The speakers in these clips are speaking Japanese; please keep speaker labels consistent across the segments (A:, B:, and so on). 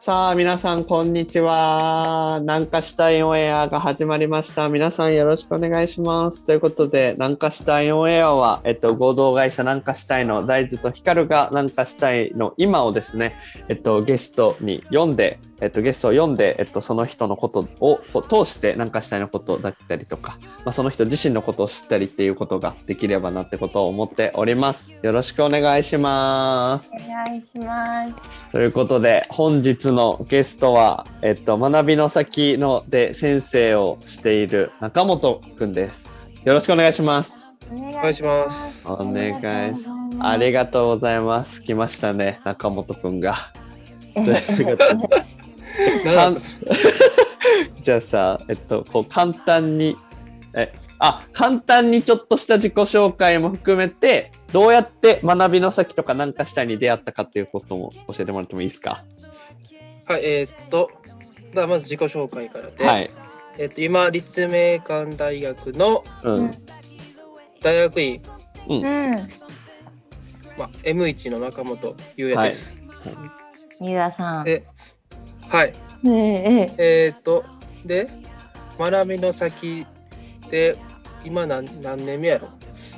A: さあ皆さんこんにちは南下したいオンエアが始まりました皆さんよろしくお願いしますということで南下したいオンエアは、えっと、合同会社南下したいの大豆と光が南下したいの今をですね、えっと、ゲストに読んで、えっと、ゲストを読んで、えっと、その人のことを通して南下したいのことだったりとか、まあ、その人自身のことを知ったりっていうことができればなってことを思っておりますよろしくお願いします
B: お願いします。
A: ということで本日のゲストは、えっと、学びの先ので先生をしている中本くんです。よろしくお願いします。
B: お
C: お
B: 願
C: 願いします。
A: お願いしますあ
B: あ
A: り
B: れ
A: がとうございます。来ましたね、中本くんが。ということで
C: なんだそれ
A: じゃあさ、えっと、こう簡単に、え、あ、簡単にちょっとした自己紹介も含めて、どうやって学びの先とかなんかしたいに出会ったかっていうことも教えてもらってもいいですか。
C: はい、えーっと、だまず自己紹介からで、
A: はい。
C: えーっと今、立命館大学の
A: うん。
C: 大学院、
B: う
C: まあ、M1 の中本優也です。
B: ん、ゆうやさん。
C: ではい、
B: ええ
C: えーっと、で、学びの先で、今何何年目やろ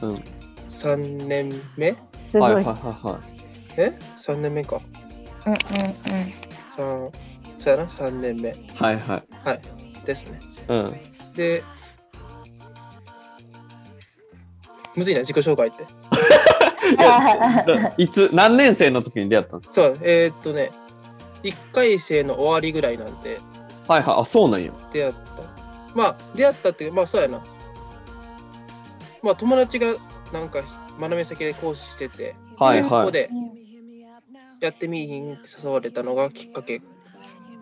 A: うん。
C: ?3 年目
B: す
A: はい
B: ご
A: はいい
B: っす。
A: はいはい。
C: え ?3 年目か。
B: うんうん
C: 三そうやな、3年目
A: はいはい。
C: ですね。
A: うん。
C: で、むずいな、自己紹介って。
A: いやだいつ何年生の時に出会ったんです
C: そう、えーっとね、1回生の終わりぐらいなんで
A: かはいはいあそうなんや
C: 出会った。まあ、出会ったっていうか、まあそうやな。まあ友達がなんか学び先で講師してて、
A: はい
C: でそこ
A: はい
C: でやってみいひんって誘われたのがきっかけ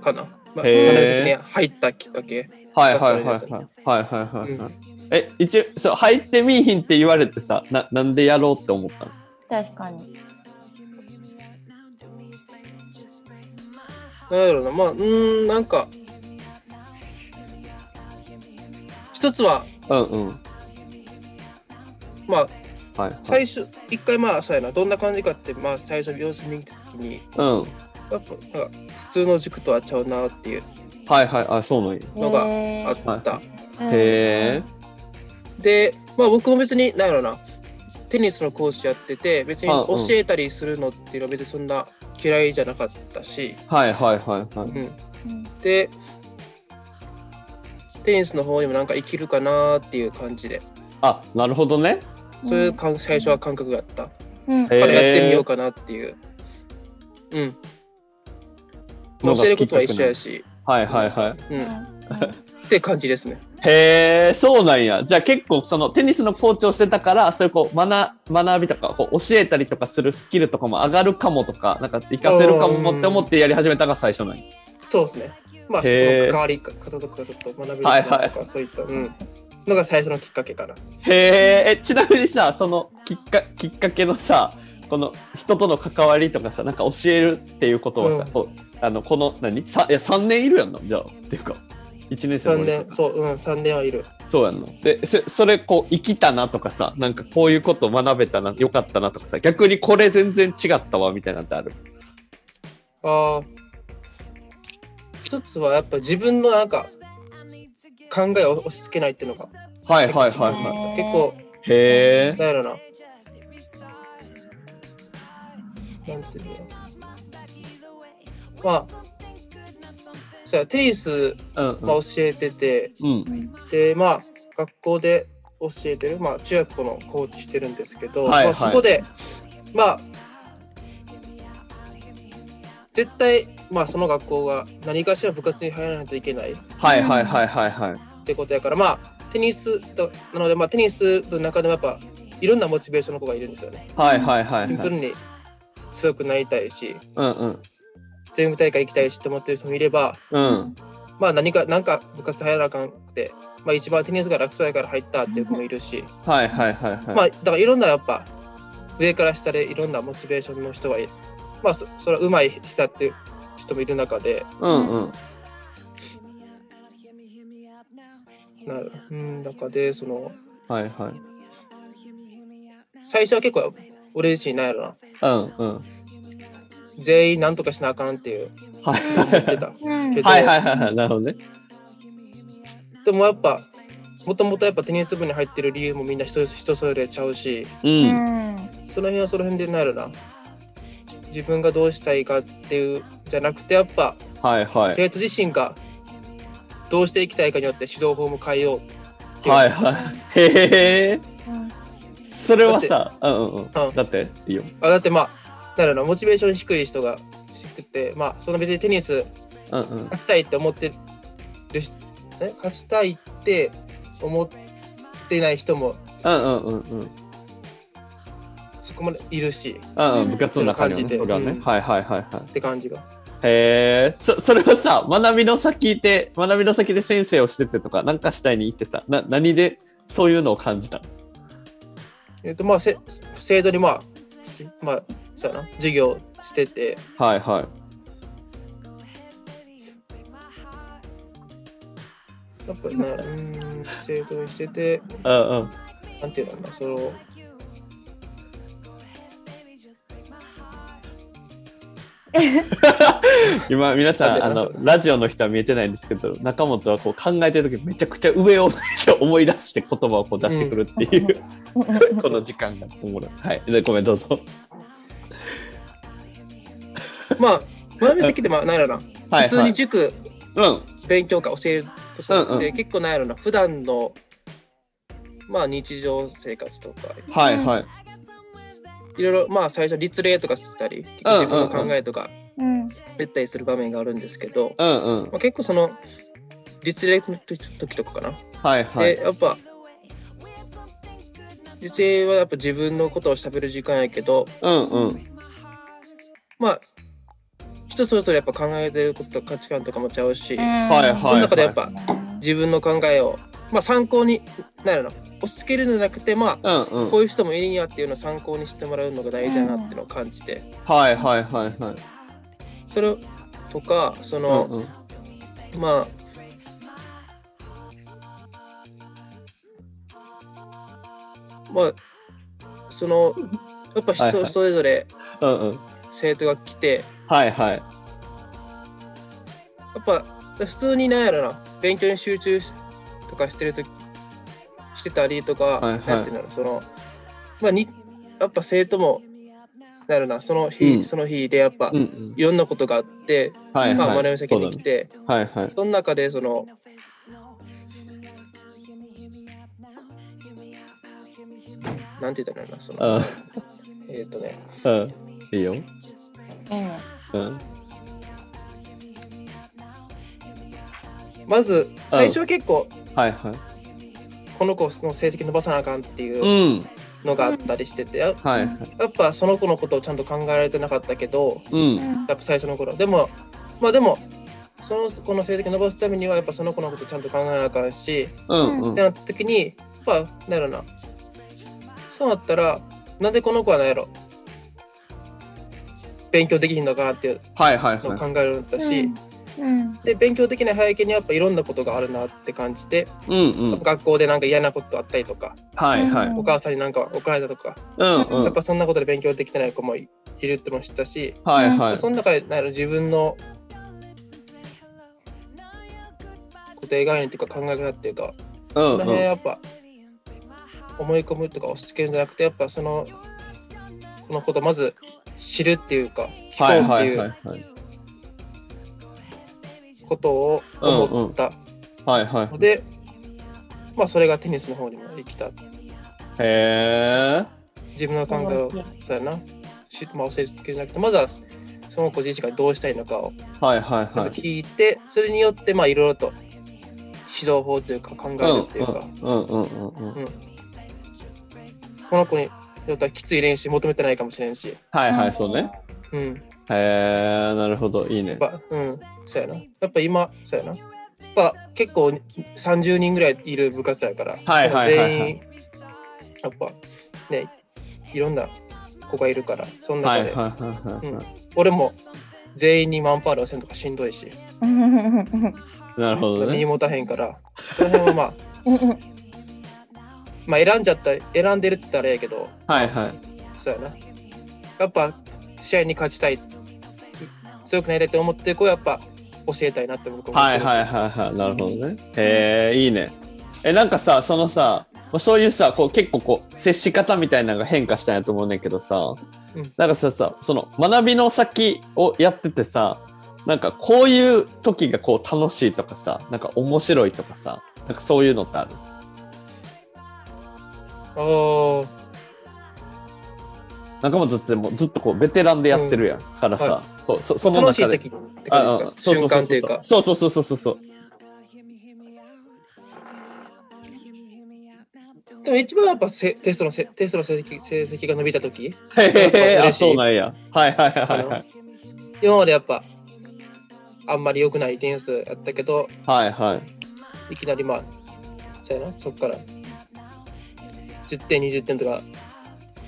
C: かな。まあ、学
A: へー
C: び先に入ったきっかけ。
A: はいはいはいはい
C: それ
A: はいはいはいはい
C: うん
A: え一応そう入ってみいひんって言われてさななんでやろうって思ったの
B: 確かに。
C: なんやろな、まあ、うーん、なんか、一つは、
A: うんうん
C: まあ、
A: はいはい
C: 最初、一回まあ、そうやな、どんな感じかって、まあ、最初、様子見に来た時に、
A: うん
C: やっぱなんか普通の塾とはちゃうなっていう
A: はいはいあそうなんや
C: のが
B: へ
C: あった。
B: え
A: へえ
C: で、まあ僕も別に、なんやろな、テニスの講師やってて、別に
A: あうん
C: 教えたりするのっていうのは別にそんな嫌いじゃなかったし、
A: はいはいはいは
C: うん。
B: うん
C: で、テニスの方にもなんか生きるかなっていう感じで、
A: いあなるほどね
C: そういうかん最初は感覚があった。
B: うん
A: へ
C: からやってみよう
A: え
C: かなっていう。うん。
A: の
C: 教
A: が
C: えることは
A: きっかけなの
C: 一緒やし、
A: はいはいはい
C: うん。っ
B: う
C: て感じですね。
A: へえそうなんやじゃあ結構そのテニスのコーチをしてたからそういうこう学学びとかこう教えたりとかするスキルとかも上がるかもとかなんか活かせるかもって思ってやり始めたのが最初なんや
C: そうですね。まあ、人
A: へー
C: の関わり方とか、ちょっと学び
A: はい
C: 方とか、
A: はい
C: そういった、うん、のが最初のきっかけかな。
A: へーえちなみにさそのきっかきっかけのさこの人との関わりとかさなんか教えるっていうことはさ、
C: うん
A: こうあのこの何さいや3年いるやんなじゃあっていうか1年生
C: 3
A: もいる
C: 年、そう、うん、3年はいる。
A: そうやんのでそそれこう生きたなとかさなんかこういうこと学べたなよかったなとかさ逆にこれ全然違ったわみたいなんてある
C: ああ。一つはやっぱ自分のなんか、考えを押し付けないっていうのが、
A: はいはいはい
B: い
A: はい
B: はい
C: 結構、
A: へえ
C: なんやろな。なんていうのまあ、そうやテニス、
A: うん
C: まあ、教えてて、
A: うん
C: でまあ学校で教えてる、まあ、中学校のコーチしてるんですけど、
A: はい
C: まあ、
A: はい
C: そこでまあ絶対、まあ、その学校が何かしら部活に入らないといけないっ
A: はいはいはいはいはい
C: てことやからまあテニスとなので、まあ、テニス部の中でもやっぱいろんなモチベーションの子がいるんですよね。
A: はいはいはい
C: シン
A: は
C: プル
A: い
C: に強くなりたいし
A: うんうん
C: 全国大会行きたいしって思ってる人もいれば、
A: うん
C: まあ、何か何か部活入らなあかんくて、まあ、一番テニスが楽そうやから入ったっていう子もいるし。
A: はいはいはいはい
C: まあだからいろんなやっぱ上から下でいろんなモチベーションの人がいまあそそれは上手い人っていう人もいる中で、
A: うんうん
C: なるうんだからでその
A: はいはい。
C: 最初は結構俺自身なんやろな
A: うんうん。
C: 全員なんとかしなあかんっていう
A: はい
C: 思っ てた
B: うん
C: けど
A: はいはいはいはい。なるほどね。
C: でもやっぱもともとやっぱテニス部に入ってる理由もみんな人人それぞれちゃうし
A: うん。
C: その辺はその辺でなるな自分がどうしたいかっていうじゃなくてやっぱ
A: はいはい。
C: 生徒自身がどうしていきたいかによって指導法も変えようっていう
A: はいはい。へえ。
B: うん
A: それはさ、うんうんうん。
C: うん
A: だって、いいよ。
C: あだってまあなるなモチベーション低い人が低くてまあその別にテニス
A: うんうん。
C: 勝ちたいって思ってるしえ勝ちたいって思ってない人も
A: うんうんうんうん。
C: そこまでいるし
A: うんうん、部活の中にはね、
C: そ
A: そ
C: ん
A: れ
C: な
A: は
C: 感じで
A: ね。はいはいはいはい。
C: って感じが
A: へえ、そ、それはさ、学びの先で、学びの先で先生をしててとか、なんかしたいに行ってさ、な、何でそういうのを感じたの
C: えっとまあせ制度にまあしまあそうやな授業してて
A: はいはい。
C: やっぱりね、うーん、制度にしてて、
A: うんうん。
C: なんていうのかな、その、
A: 今、皆さん、あ
C: なんで
A: の、ラジオの人は見えてないんですけど、中本はこう考えてるとき、めちゃくちゃ上を思い出して言葉をこう出してくるって いう、この時間がおもろい。はい。で、ごめん、どうぞ。
C: まあ、学び先って、まあ、なんやろな、
A: はい
C: 普通
A: はい
C: に。塾、
A: うん。
C: 勉強会教え
A: う
C: る
A: ん
C: ことで、結構なんやろな、普段の、まあ、日常生活とか、
A: はいはい。
C: いろいろ、まあ、最初、立例とかしたり、
A: うんうん
C: 自分の考えとか
B: うん
C: 言ったりする場面があるんですけど、
A: うんうん。
C: まあ、結構その、立例の時とかかな、
A: はいはい
C: で。やっぱ実例はやっぱ自分のことを喋る時間やけど
A: うんうん。
C: まあ人それぞれやっぱ考えてることとか価値観とかもちゃうし、
A: はいはい。
C: その中でやっぱ
B: い
C: 自分の考えを、まあ、参考になるの押し付けるのじゃなくてま
A: うんう
C: あ
A: ん。
C: こういう人もいるんやっていうのを参考にしてもらうのが大事だなっていうのを感じて
A: はいはいはいはい。
C: それとかそうの、
A: んうん。
C: まあまあそのやっぱ
A: はいは
C: 人
A: い
C: それぞれ
A: うんうん。
C: 生徒が来て、
A: はいはい。
C: やっぱ普通になんやろな勉強に集中しとかしてるときしてたりとか、
A: はいはい
C: なんていうんだろうそのまあにやっぱ生徒もなんやろなその日、
A: うん
C: その日でやっぱ、
A: うんうん。
C: いろんなことがあって、
A: はい
C: まあ
A: は
C: 学び
A: い。
C: 先
A: そうだ
C: に来
A: ね。
C: て
A: はいはい。
C: その中でそのなんて言ったらいいのかなそのえっ、とね
A: うんうん。いいよ。
B: いね
A: うん。
C: まず最初は結構
A: はいはい。
C: この子の成績伸ばさなあかんっていう
A: うん。
C: のがあったりしててや
A: はいはい。
C: やっぱその子のことをちゃんと考えられてなかったけど
A: うん。
C: やっぱ最初の頃でもまあでもその子の成績伸ばすためにはやっぱその子のことちゃんと考えなあかんし
A: うんう
C: っ
A: ん
C: て。なった時にやっぱなんやろなそうなったらなんでこの子はなんやろ勉強できひんのかなっていう
A: はいはい
C: のを
A: は
C: 考えるんだし、
B: うん
C: で勉強できない背景にやっぱいろんなことがあるなって感じて、
A: い。うんうん。
C: 学校でなんか嫌なことあったりとか、
A: はいはい。
C: お母さんになんか怒られたとか、
A: うんう
C: や
A: ん
C: っ。ぱそんなことで勉強できてない子もいるっても知ったし、
A: はいはい。
C: その中でなる自分の固定概念っていうか考え方っていう
A: うん
C: か、その
A: う
C: 辺
A: ん。
C: やっぱ思い込むとか押し付けるんじゃなくてやっぱそのこのことまず知るっていうか
A: は
C: 聞
A: い
C: こうっ
A: は
C: て
A: い
C: い。
A: はいう
C: ことを思った
A: はいはい
C: の。で、まあそれがテニスの方にも生きた
A: へえ。
C: 自分の考えをそうやなし、まあ、教えつけじゃなくてまずはその子自身がどうしたいのかを
A: はいはい
C: ちゃん
A: は
C: と
A: い。
C: 聞いて、それによってまあいろいろと指導法というか考えるっていうか、
A: うんうんうんうん。
C: その子によってはきつい練習求めてないかもしれんし、
A: はいはい、そうね。
C: うん、
A: へえ、なるほど。いいね。
C: やっぱ、うん、そうやな。やっぱ今、そうやな。やっぱ結構30人ぐらいいる部活やから、
A: はいはいはいはい
C: 全員、やっぱね、いろんな子がいるから、その
A: はい
C: 中
A: はい
C: で、
A: はい
C: うん
A: は
C: 俺も全員にマンパワーで押せんとかしんどいし、
B: うん
A: い。なるほど
C: 何
A: ね。
C: もたへんから、その辺はまあ、
B: うんうん
C: まあ選んじゃった選んでるって言ったらあれやけど
A: はいはい。
C: そうやなやっぱ試合に勝ちたい強くなりたいって思ってる子はやっぱ教えたいなって僕は思っ
A: は
C: て
A: い
C: るし
A: はいはいはい。なるほどね。へえ、いいね。え、なんかさ、そのさ、まあそういうさ、こう結構こう、接し方みたいなのが変化したんやと思うねんけどさ、
C: うん
A: なんかささ、その学びの先をやっててさ、なんかこういう時がこう楽しいとかさ、なんか面白いとかさ、なんかそういうのってある
C: おー
A: 仲間ずっともうずっとこうベテランでやってるやん、からさ、
C: は
A: そうそその
C: 楽しい
A: 中で
C: 時って
A: あ
C: 感
A: あ
C: じです
A: そう
C: か
A: そうそう
C: 瞬間っていう
A: そ
C: か
A: うそうそうそうそうそうそう
C: でも一番やっぱせテストのせテストの成績成績が伸びた時
A: へへへ
C: 嬉しい
A: あそうなんやはいはいはいはい
C: 今までやっぱあんまり良くない点数やったけど
A: はいはい
C: いきなりまあそうやなそっから10点20点とか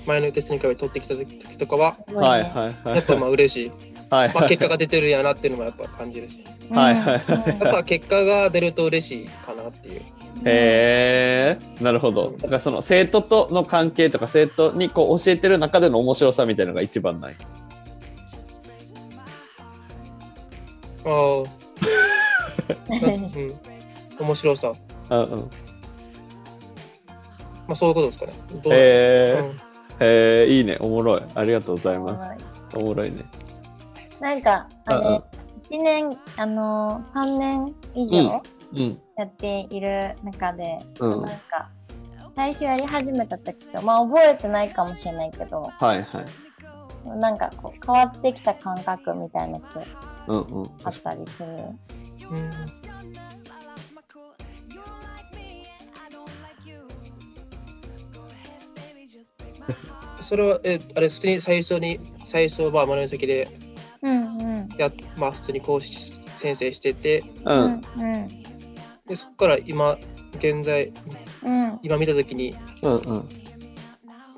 C: 前のテストに比べて取ってきた時時とかは
A: はいはいはい
C: やっぱまあ 嬉しい、
A: はい
C: まあ、
A: はい
C: 結果が出てるんやなっていうのもやっぱ感じるし
B: うん
A: はいはい
B: うん
C: やっぱ結果が出ると嬉しいかなっていう
A: へえなるほどだからその生徒との関係とか生徒にこう教えてる中での面白さみたいなのが一番ない
C: ああ、なうん、面白さ
A: うんうん
C: まあそういうことですかねどう
A: へ
C: う
A: ー
C: ん
A: へえいいねおもろいありがとうございますおもろいね
B: なんか
A: うんう
B: あれ1年あの3年以上
A: んうん
B: やっている中で、
A: うん
B: なんか最初やり始めた時とまあ覚えてないかもしれないけど
A: はいはい
B: なんかこう変わってきた感覚みたいなのって
A: うんうん
B: あったりする
C: うんそれはえあれ普通に最初に最初まあ学び先で
B: うんうん
C: やっまあ普通に講師先生してて
A: う
B: うんんうん
C: でそこから今現在
B: うん
C: 今見た時に
A: うんうん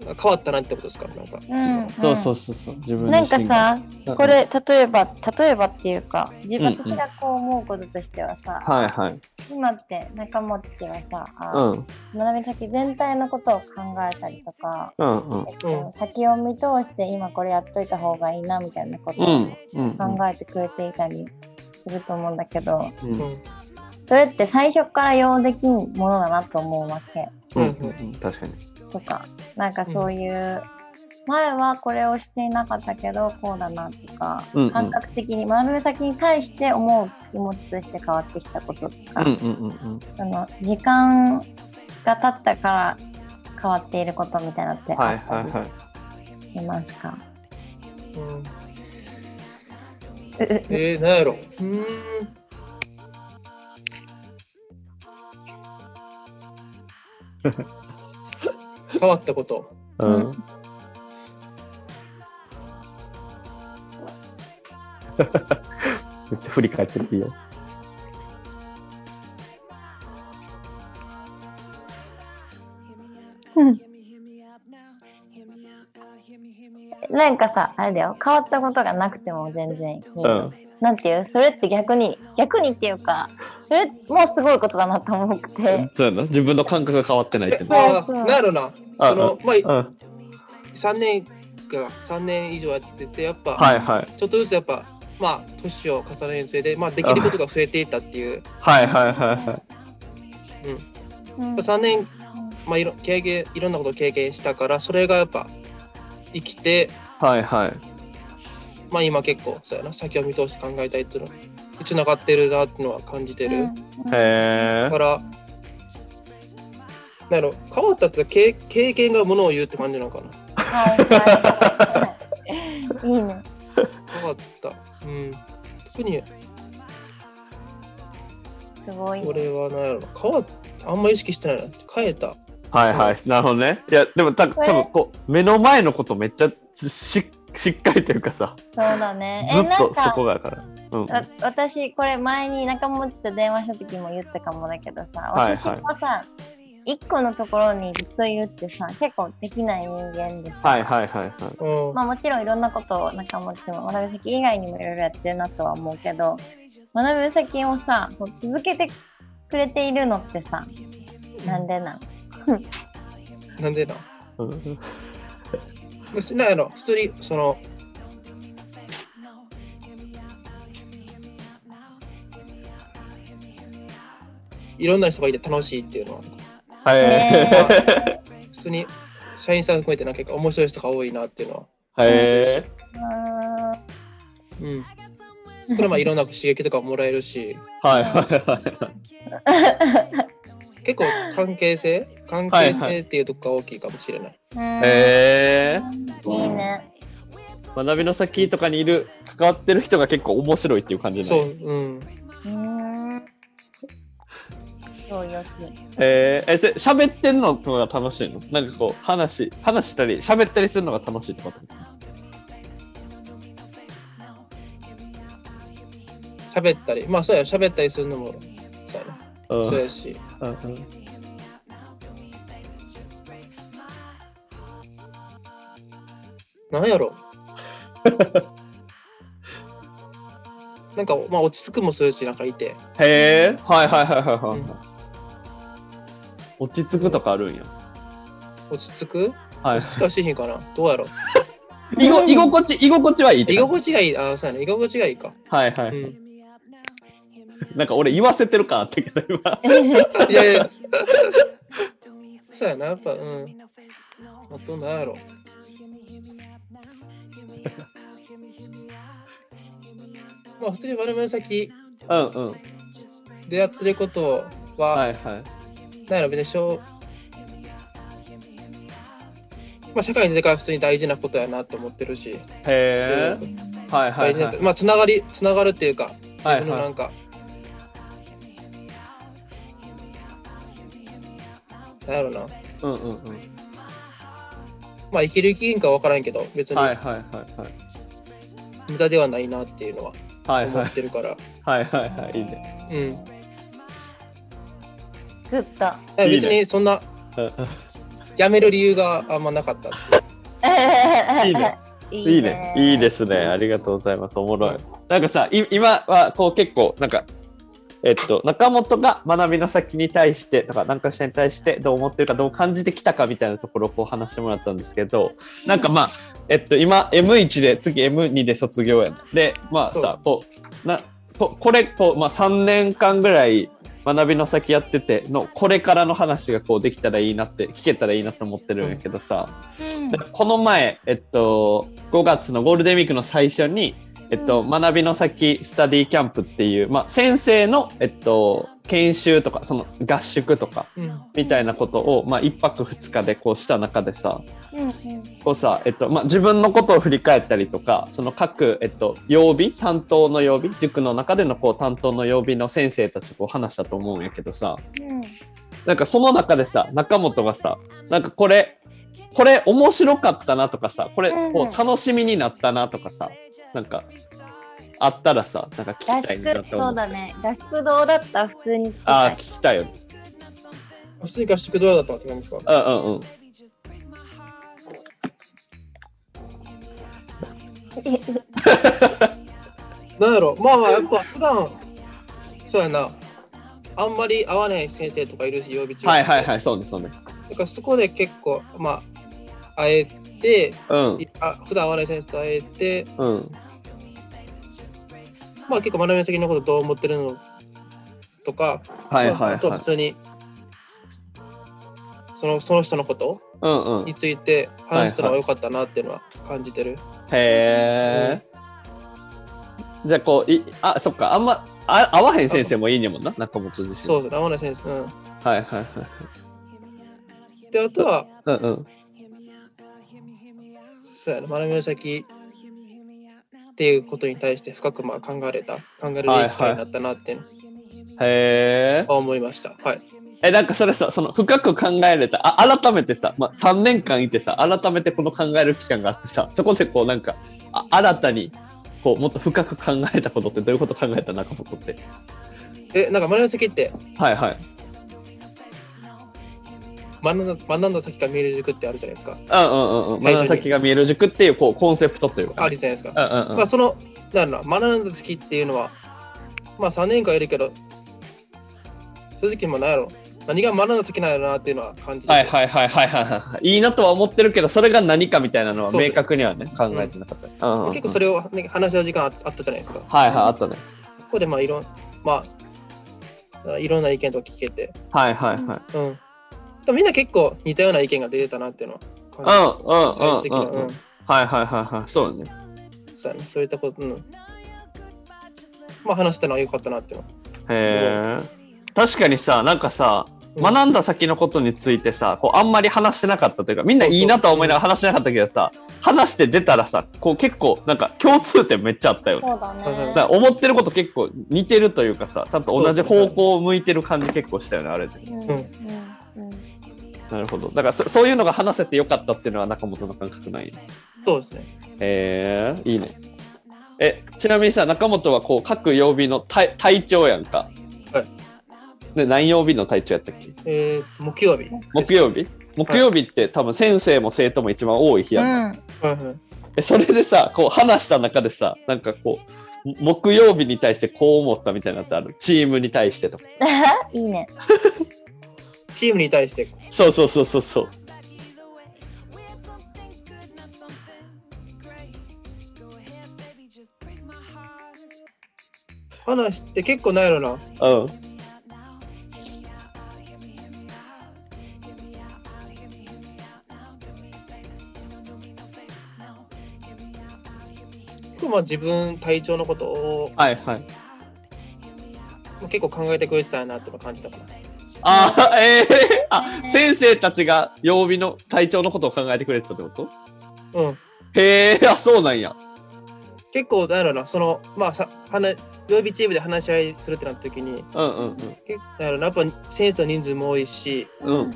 C: 変わったなってことですかなんか、
B: うん
A: そうそうそうそう自分
B: なんかさ
A: さ
B: これ例えば例えばっていうか自分
A: うんうん
B: 私がこう思うこととしてはさ、
A: はいはい
B: 今って仲持ちはさ
A: う
B: あ、
A: んうん
B: 学び先全体のことを考えたりとか、
A: うん
B: えっと先を見通して今これやっといた方がいいなみたいなこと
A: う
B: を
A: んうん
B: 考えてくれていたりすると思うんだけど、
A: うん
C: う
A: うん
C: ん
B: それって最初から用できんものだなと思うわけ
A: うん確かに
B: とかなんかそういう、前はこれをしていなかったけどこうだなとか、
A: うんうん
B: 感覚的に学び先に対して思う気持ちとして変わってきたこととか、
A: うんうんうんうん
B: その時間が経ったから変わっていることみたいなのって
A: は
B: あ
A: いはい
B: った
A: はい
B: りしますか、
C: うん
B: ううう
C: えー、なんやろうーん変わったこと
A: うん
B: うん
A: めっ ちゃ振り返ってるいいよ。
B: なんかさあれだよ変わったことがなくても全然いい、
A: うん。
B: なんていうそれって逆に逆にっていうかそれもすごいことだなと思って。
A: そうやな。自分の感覚が変わってないってね。
C: あ
B: そ
C: あ
B: う
C: なんやろうな
A: あ
C: そのまあ
A: あうん。
C: 3年か3年以上やっててやっぱ、
A: はいはい。
C: ちょっとずつやっぱまあ年を重ねるにつれて、まあ、できることが増えていったっていう、
A: はいはいはいはい。
B: うん
C: 3年、まあ、いろ経験いろんなことを経験したからそれがやっぱ生きて、
A: はいはい。
C: まあ、今結構そうやな先を見通して考えたいっていうのつながってるなっていうのは感じてる、
B: うん
A: へ
C: だからなんやろ変わったって経経験がものを言うって感じなのかな
B: はいはいはい。 いいね。
C: 変わったうん特に
B: すごい。
C: 俺はなんやろ変わっあんま意識してないな変えた
A: はいはい。なるほどね。いや、でもた多
B: これ
A: 分こう、目の前のことめっちゃしししっかりというかさ、
B: そうだね。
A: ず
B: え、
A: っ
B: な
A: と
B: ん
A: そ
B: か
A: こ。がから。うん。
B: わ私これ前に仲間内と電話した時も言ったかもだけどさ
A: はいはい
B: 私もさ、一個のところにずっといるってさ結構できない人間でさ、
A: はいはいはいはい。
C: うん、
B: まあ、もちろんいろんなことを仲間内も学び先以外にもいろいろやってるなとは思うけど学び先をさこう続けてくれているのってさなんでなん
C: なんでな
A: うん
C: なんやろ普通にそのいろんな人がいて楽しいっていうのは
A: はい。
B: ね
C: 普通に社員さん含めてなんか結構面白い人が多いなっていうのは、
A: はい。
C: うん、それはまあいろんな刺激とかもらえるし
A: はいはいはい。
C: 結構関係性関係性っていうとこが大きいかもしれない、
A: へえ
B: いいね。
A: 学びの先とかにいる関わってる人が結構面白いっていう感じな
C: そ
A: ん
C: う
A: や
C: うん
B: うん。そうよし。
A: えー、え、せ喋ってんのが楽しいのなんかこう話話したり喋ったりするのが楽しいってこと
C: 喋ったりまあそうや喋ったりするのもそうやな
A: うん
C: そうやし
A: うんうん
C: なんや ろなんか、まあ、落ち着くもするし、なんかいて。
A: へえはいはいはいはいはい、落ち着くとかあるんや
C: 落ち着く
A: はい
C: 落ち着かしいひんかなどうやろ
A: 居ご居心地居心地はいいって
C: 居
A: 感じ
C: 心地がいい。ああ、そうやね。居心地がいいか。
A: はいは
C: う
A: い、
C: ん。
A: なんか俺言わせてるかってけど今
C: いやい や。そうやな、やっぱ、うん。あと、なんやろ まあ、普通に我々先
A: うんうん
C: 出会ってることは、
A: はいはい
C: なんやろ別にしょうまあ、社会に出てから普通に大事なことやなと思ってるし、
A: へえはいはい
C: 大事
A: は
C: ないまあつながりつながるっていうか自
A: はい
C: 分のなんか、なんやろな
A: うんうんうん
C: まあ生きる生きんかわからんけど別に
A: はいはいはいはい
C: 無駄ではないなっていうのは
A: はい
C: 思
A: はい
C: ってるから、
A: はいはいはいいいね。
C: うん
B: グッと。
C: だから別にそんな
A: うんうん
C: 辞める理由があんまなかったって
B: い
A: い
C: いう
A: いね。
B: い
A: いいね。いい
B: す。
A: ですね。ありがとうございます。おもろい。なんかさ、い今はこう結構なんか。えっと、中本が学びの先に対してとか何かしらに対してどう思ってるかどう感じてきたかみたいなところをこう話してもらったんですけどなんかまあえっと今 M1 で次 M2 で卒業やんでまあさこうなここれこう、まあ、3年間ぐらい学びの先やっててのこれからの話がこうできたらいいなって聞けたらいいなと思ってるんやけどさ、この前、えっと、5月のゴールデンウィークの最初に、えっと、
B: う
A: 学びの先スタディキャンプっていう、まあ、先生の、えっと、研修とかその合宿とか
C: うん
A: みたいなことを、まあ、1泊2日でこうした中でさ
B: うん
A: こうさ、えっとまあ、自分のことを振り返ったりとかその各、えっと、曜日担当の曜日塾の中でのこう担当の曜日の先生たちとこう話したと思うんやけどさ、
B: うん
A: なんかその中でさ中本がさなんかこれこれ面白かったなとかさこれ
B: うんうん
A: こう楽しみになったなとかさなんかあったらさなんか聞
B: 合
A: きたいな
B: 宿
A: と思
B: そううだね合宿堂だったら普通に聞き
A: あ
B: た
A: あ
B: い
A: 聞きたいよね
C: 普通に合宿どうだったって感じですか
A: うんうんうん
C: なんやろまあまあやっぱ普段そうやなあんまり会わない先生とかいるし曜日中
A: はいはいはいそうねそうね
C: だからそこで結構まあ会えて
A: うん
C: いあ普段会わない先生と会えて
A: うん
C: まあ結構学びの先のことどう思ってるのとか、
A: はい
C: ま
A: はい
C: ああと
A: は
C: はい普通にそのその人のこと
A: うんうん
C: に
A: へ
C: ついて話したのは良かったなっていうのは感じてる、
A: えじゃあこういあそっかあんまあ合わへん先生もいいねもんな中本自身
C: そうそう会わない先生うん
A: はいはいはい
C: であとは
A: うんうん
C: そうやな学びの先っていうことに対して深くまあ考えれた考える
A: はいはい
C: べき機会になったなっていうの
A: へえ
C: は思いましたはい、
A: え、なんかそれさ、その深く考えれた、あ改めてさ、まあ、3年間いてさ、改めてこの考える期間があってさ、そこでこうなんか、あ新たに、こう、もっと深く考えたことってどういうこと考えた中本って。
C: えなんか学びの先って
A: はいはい。
C: 学んだ学んだ先が見える塾ってあるじゃないですか
A: うんうんうんうん。
C: 最初に
A: 学ぶ先が見える塾っていう、こう、コンセプトというか。
C: あるじゃないですか、
A: うんうんうん。
C: まあそのなんだろうな学んだ先っていうのはまあ3年間いるけど正直もうなんやろ何が学んだ時なんやろなっていうのは感じてて
A: はいはいはいはいはいはい。いいなとは思ってるけど、それが何かみたいなのは
C: そうそう
A: 明確にはね、考えてなかった。うんうんうん
C: 結構それを、ね、話し合う時間ああったじゃないですか。
A: はいはい、あったね。
C: ここでまあいろん、まあ、いろんな意見とか聞けて、
A: はいはいはい。
C: うん。でもみんな結構似たような意見が出てたなっていうの
A: う
C: は感じて、
A: んうんうん
C: 最終
A: うん。
C: 的に
A: うんはいはいはいはい。そうだね。
C: うん、そうやねそういったこと、うん。まあ話したのは良かったなっていうのは。
A: へえ。確かにさ、なんかさ、
C: うん
A: 学んだ先のことについてさ、こうあんまり話してなかったというか、みんないいなとは思いながら話してなかったけどさ、話して出たらさ、こう結構なんか共通点めっちゃあったよね。
B: そうだね。
C: だ
A: だから思ってること結構似てるというかさ、ちゃんと同じ方向を向いてる感じ結構したよね、あれで。
B: うん
C: うん
B: うんうん
A: なるほど。だからそそういうのが話せてよかったっていうのは中本の感覚ない。
C: そうですね。
A: えー、いいね。え、ちなみにさ、中本はこう各曜日の体体調やんか。
C: はい。
A: で、何曜日の体調やったっけ
C: えーと、木曜日。
A: 木曜日木曜日って多分先生も生徒も一番多い日やんか、
B: うん
C: はいはい。
A: えそれでさ、こう話した中でさ、なんかこう、も木曜日に対してこう思ったみたいなのってある。チームに対してとか。
B: いいね。
C: チームに対して、
A: そうそうそうそうそう。
C: 話して結構ないのな。
A: うん。
C: 結構まあ自分体調のことを
A: はいはい。
C: まあ結構考えてくれてたなっていうのは感じたかな。
A: あー、えー、あ、先生たちが曜日の体調のことを考えてくれてたってこと
C: うん。
A: へえ、あ、そうなんや。
C: 結構なんやろな、その、まあさ、話曜日チームで話し合いするってなった時に、
A: うんうん
C: 結構なんやろな、やっぱ先生の人数も多いし、
A: うん。うんうん。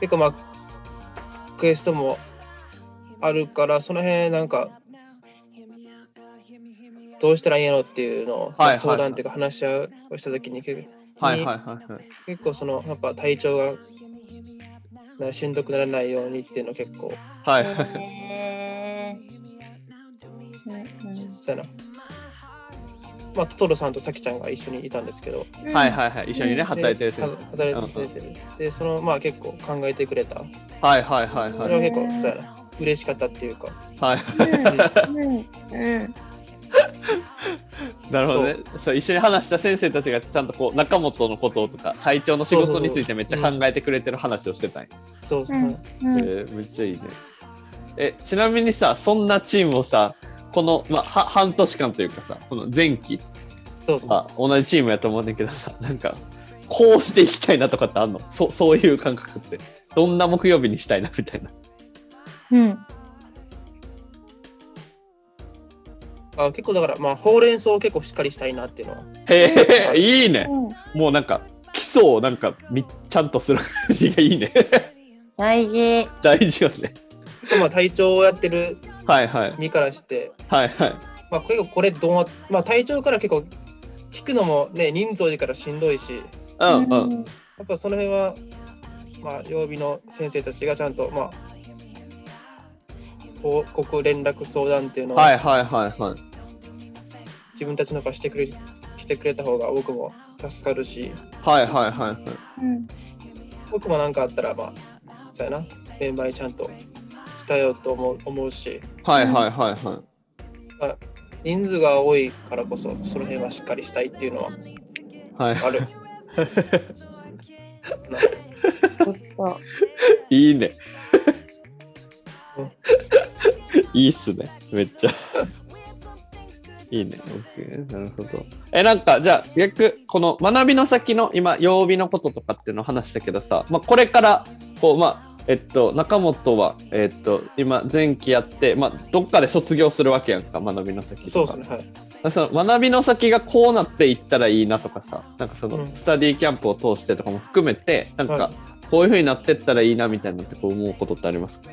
C: 結構まあ、クエストもあるから、その辺なんか、どうしたらいいんやろっていうのを、
A: はいはい
C: 相談っていうか話し合いをした時に結構
A: はいはいはいはい。
C: 結構その、やっぱ体調が、なんかしんどくならないようにっていうのを結構、
A: はいはい。
B: へーうん
C: そうやな。まあ、トトロさんとさきちゃんが一緒にいたんですけど、
B: うん
A: はいはいはい。一緒にね、働いてる先
C: で
A: 生。
C: 働いてる先生で、その、まあ結構考えてくれた。
A: はいはいはいは
C: そ
A: い
C: れ。は結構、そうやな。嬉しかったっていうか。
A: はい。
B: うんうん
A: なるほどね。そう、一緒に話した先生たちがちゃんとこう、中本のこととか、体調の仕事についてめっちゃ考えてくれてる話をしてたんや。
C: そうそう。
B: うんうん
A: えーめっちゃいいね。え、ちなみにさ、そんなチームをさ、この、まあ、は半年間というかさ、この前期、
C: そうそう。
A: あ、同じチームやと思うねんだけどさ、 なんか、こうしていきたいなとかってあんのそそういう感覚って。どんな木曜日にしたいなみたいな。
B: うん
C: あ結構だから、まあ、ほうれん草を結構しっかりしたいなっていうのは。
A: へえ、いいね。
B: うん
A: もうなんか、基礎をなんかみ、ちゃんとする感じがいいね。
B: 大事
A: 大事よね。
C: 結構まあ、体調をやってる
A: はいはい。
C: 身からして、
A: はいはい。
C: まあ、結構これどうな、まあ、体調から結構、聞くのもね、人数多いからしんどいし、
A: うんうん。
C: やっぱその辺は、まあ、曜日の先生たちがちゃんと、まあ、報告、連絡、相談っていうのを
A: はいはいはいはい。
C: 自分たちの方からしてくれ,、してくれた方が僕も助かるし、
A: はいはいはいはい。
B: うん
C: 僕も何かあったら、まあ、そうやな、メンバーにちゃんと伝えようと思う思うし、
A: はいはいはいは。
C: 人数が多いからこそ、その辺はしっかりしたいっていうのはい
A: は
C: ある。な
B: そう
A: い。いいね
C: うん。
A: いいっすね。めっちゃ。いいね。OK。なるほど。え、なんか、じゃあ、逆、この学びの先の今、曜日のこととかっていうのを話したけどさ、まあ、これから、こう、まあ、えっと、中本は、えっと、今、前期やって、まあ、どっかで卒業するわけやんか、学びの先とか。
C: そうですね、はい。
A: その学びの先がこうなっていったらいいなとかさなんかその
C: うん
A: スタディキャンプを通してとかも含めてなん
C: は
A: かこういうふうになってったらいいなみたいなってこう思うことってありますか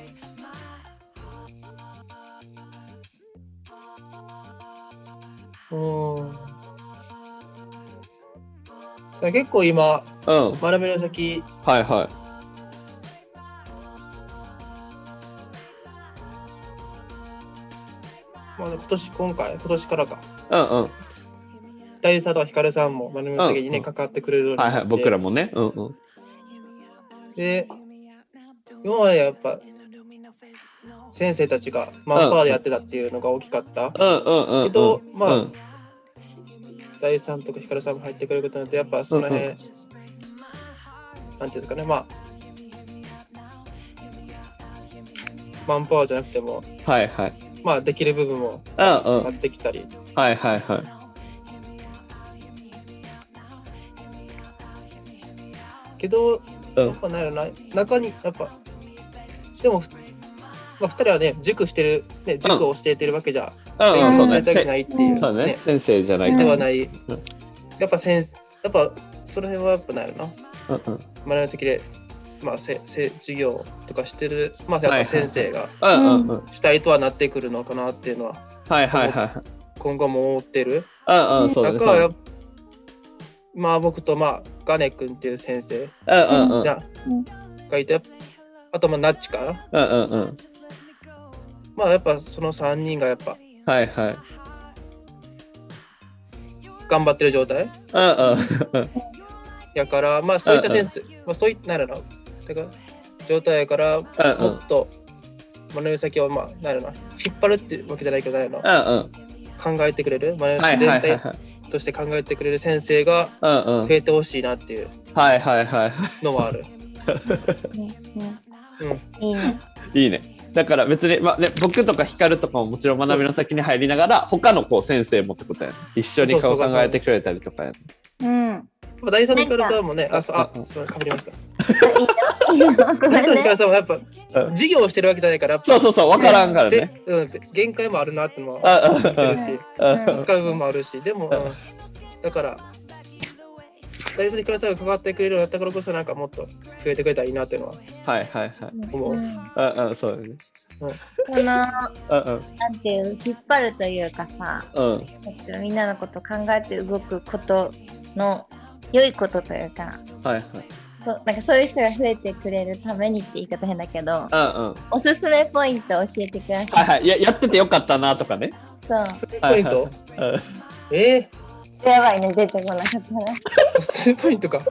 C: うーん。それ結構今、
A: うん
C: 学びの先、
A: はいは
C: まあ、今年、今回、今年からか。
A: いうんうん
C: 大優さんとかヒカルさんも前のめりにね、
A: うんうん
C: 関わってくれるようにな
A: は
C: っ
A: い
C: て、
A: はい、僕らもね。うんうん。
C: で今までやっぱ先生たちがマンパワーでやってたっていうのが大きかった、
A: うんうんうんうん。
C: えっとまあ
A: うん
C: 大優さんとかヒカルさんも入ってくることによってやっぱその辺、
A: うんう
C: なんていうんですかねまあマンパワーじゃなくても
A: はいはい。
C: まあできる部分も
A: うんうん
C: な。ってきたり、
A: はいはいはい。
C: けど、
A: うん
C: やっぱなんやろな中にやっぱでも、ふまあ、2人はね塾してる、ね、塾を教えてるわけじゃ、
A: うんうん、そう
C: さ
A: ね
C: れ。たく
A: せ
C: ないっていう、
A: そうね。
C: ね
A: 先生じゃない
C: で
A: か
C: は
A: ら。
C: な
A: ん
C: い、やっぱ先生やっぱその辺はやっぱなんやろな
A: うんうん。
C: 丸の席で、まあ、せせ授業とかしてる、まあ、やっぱ先生が
A: うんうんうん。
C: 主体とはなってくるのかなっていうのは
A: はいはいはい。
C: 今後も思ってる
A: うんうん、そうだね。
C: 中
A: そ
C: は
A: う
C: や
A: だね
C: っぱまあ僕とまあガネ君っていう先生
A: うんうんうん。
C: が,、
B: うん
C: がいてあとまあナッチかな
A: うんうんうん。
C: まあやっぱその3人がやっぱ
A: はいはい。
C: 頑張ってる状態
A: うんうん。
C: やからまあそういったセンス、まあ、そういったならなだから状態やからも
A: うんうん
C: っとマネ先をまあなるな引っ張るってわけじゃないけどなるな
A: うんうん。
C: 考えてくれるマネ
A: はいはい
C: 全
A: はい
C: 体
A: はい。
C: として考えてくれる先生が
A: うんうん
C: 増。えてほしいなっていう
A: はいはいはい。
C: のはある。うん
B: うんいいね。
A: いい ね。だから別に、まあね、僕とか光とかももちろん学びの先に入りながら他のこう先生もってことやね一緒に
C: そ
A: 顔
C: うそう
A: 考えてくれたりとかやね
B: うん。
C: まあ、第三のカルさんもね、あ、そう、あ
A: う、ん
C: そう、かぶりました。
B: ごめん
C: 第三のカ
B: ね
C: ル。さんもやっぱ、授業をしてるわけじゃないから、やっぱ
A: そうそうそう分からんからね。
C: で、うん、限界もあるなってのは
A: あ
C: 思ってる
A: う
C: し、
A: んうん
B: う ん
C: 使う部分もあるし、でも、うん、だから、大切にクラスが関わってくれるようになったからこそ、なんかもっと増えてくれたらいいなっていうのは
A: はいはいはい。
C: 思う。
B: うん
A: うんうんそうだね。
B: この、な
A: うん
B: んていう、引っ張るというかさ、
A: うんうん
B: みんなのことを考えて動くことの良いことというか、
A: はいはい。
B: そうなんかそういう人が増えてくれるためにって言い方変だけど、
A: うんうん
B: おすすめポイント教えてくだ
A: は
B: さ
A: いはい。ややっててよかったなとかね。
B: い。そ
C: スリーポイン
A: はい
C: ト
A: うん
C: え
B: う。やばいね、出てこなかったな。
C: ー、スリーポイントか。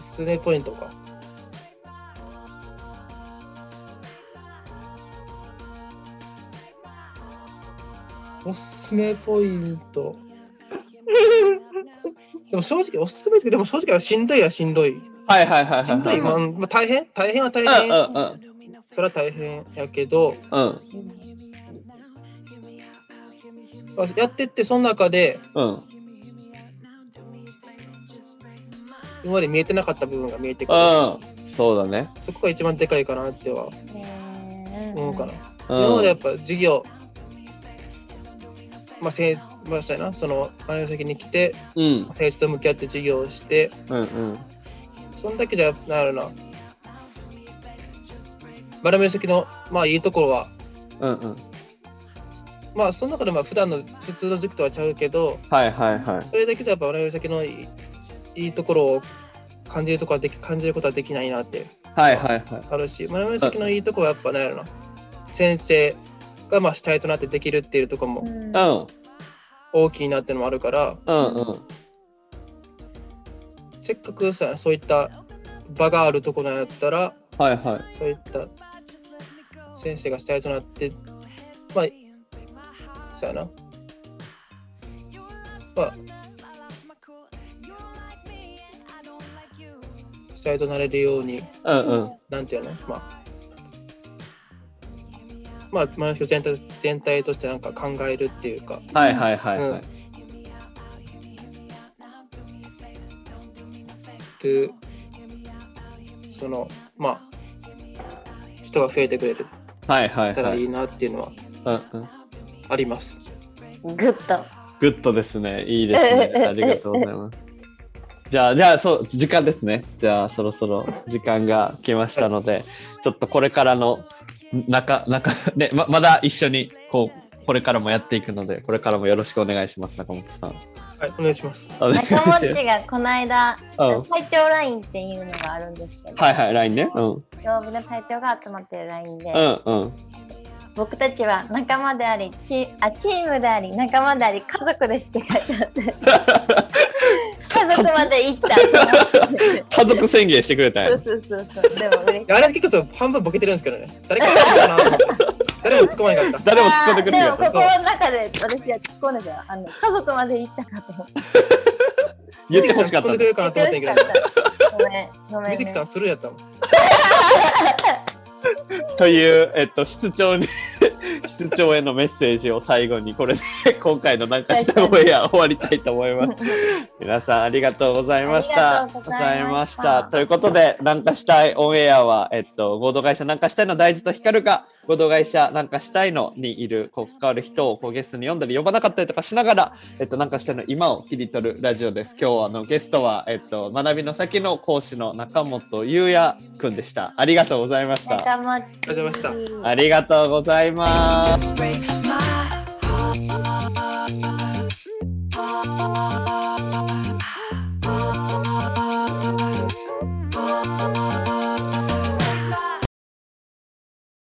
C: スリーポイントか。おすすめポイント。でも正直おすすめってでも正直はしんどいはしんどい。
A: はいはいはいはい
C: しんど、
A: はいい。
C: まあまあ、大変大変は大
A: うん
C: 変。
A: うんうん
C: それは大変やけど、
A: うん
C: まあやってってその中で
A: うん
C: 今まで見えてなかった部分が見えてくる。
A: うんそうだね。
C: そこが一番でかいかなっては思うかな。
A: うん
C: 今までやっぱ授業、まあ、先まあ、そうやな、その、前の席に来て、
A: うん
C: 政治と向き合って授業をして、
A: うんうん
C: そんだけじゃ、なるな。バラメ席の、まあ、いいところは、
A: うんうん
C: まあ、その中で、まあ、普段の普通の塾とはちゃうけど、
A: はいはいはい。
C: それだけでやっぱ、バラメ席のいいいいところを感じるとこはでき、感じることはできないなって、
A: はいはいはい。
C: あるし、バラメ席のいいところは、やっぱ、なんやろな、先生が、まあ、主体となってできるっていうところも
A: うん
C: 大きいなってのもあるから、
A: うんうん。
C: せっかくそうやなそういった場があるところやったら
A: はいはい。
C: そういった先生が主体となってまあそうやなまあ主体となれるように
A: うんうん。
C: なんていうのまあまあ、マ全体全体としてなんか考えるっていうか
A: はいはいはいはい。
C: うんくそのまあ人が増えてくれる
A: はいはい
C: たら
A: はい。
C: いいなっていうのは
A: うんうん。
C: あります。
B: グッと。
A: グッドですね。いいですね。ありがとうございます。じゃあ、じゃあ、そう、時間ですね。じゃあ、そろそろ時間が来ましたので、ちょっとこれからの、中、中、ね、ままだ一緒に、こう、これからもやっていくので、これからもよろしくお願いします、中本さん。
C: はい、お願いします。
A: お 願いし
B: 仲
A: ます。う
B: 間っちがこの間、
A: ん。
B: 隊長ラインっていうのがあるんですけど、
A: はいはい、LINE ね。うん。
B: 曜日の隊長が集まってるラインで、
A: うんうん。
B: 僕たちは仲間でありチあチームであり仲間であり家族ですって書い てあって家族まで行った
A: 家族宣言してくれたん
B: そうそ
A: や
B: うそうそうでも嬉しい
C: あれ結構半分ボケてるんですけどね。誰か突っ込まないかなと思って。誰も突っ込まな かった。
A: 誰も突っ込んでくれ
B: あー
A: る
B: でも
A: やった
B: 心の中で私は突っ込んでたよあの家族まで行ったかと思って
A: 言ってほしかった
C: 突っ込んでくれるかなと思ったんやけど。
B: ごめんごめん、ね、
C: 水木さんスルーやったもん。
A: という、えっと、室長に 室長へのメッセージを最後にこれで今回のなんかしたオンエア終わりたいと思 います皆さんありがとうございました
B: ありがとうございました
A: ございまということでなんかしたいオンエアは、えっと、合同会社なんかしたいの大豆と光が合同会社なんかしたいのにいるこう関わる人をこうゲストに呼んだり呼ばなかったりとかしながら、えっと、なんかしたいの今を切り取るラジオです今日あのゲストは、えっと、学びの先の講師の中本優也くんでしたありがとうございました
B: 仲間あり
C: ありがとうございました
A: ありがとうございます。
D: Break.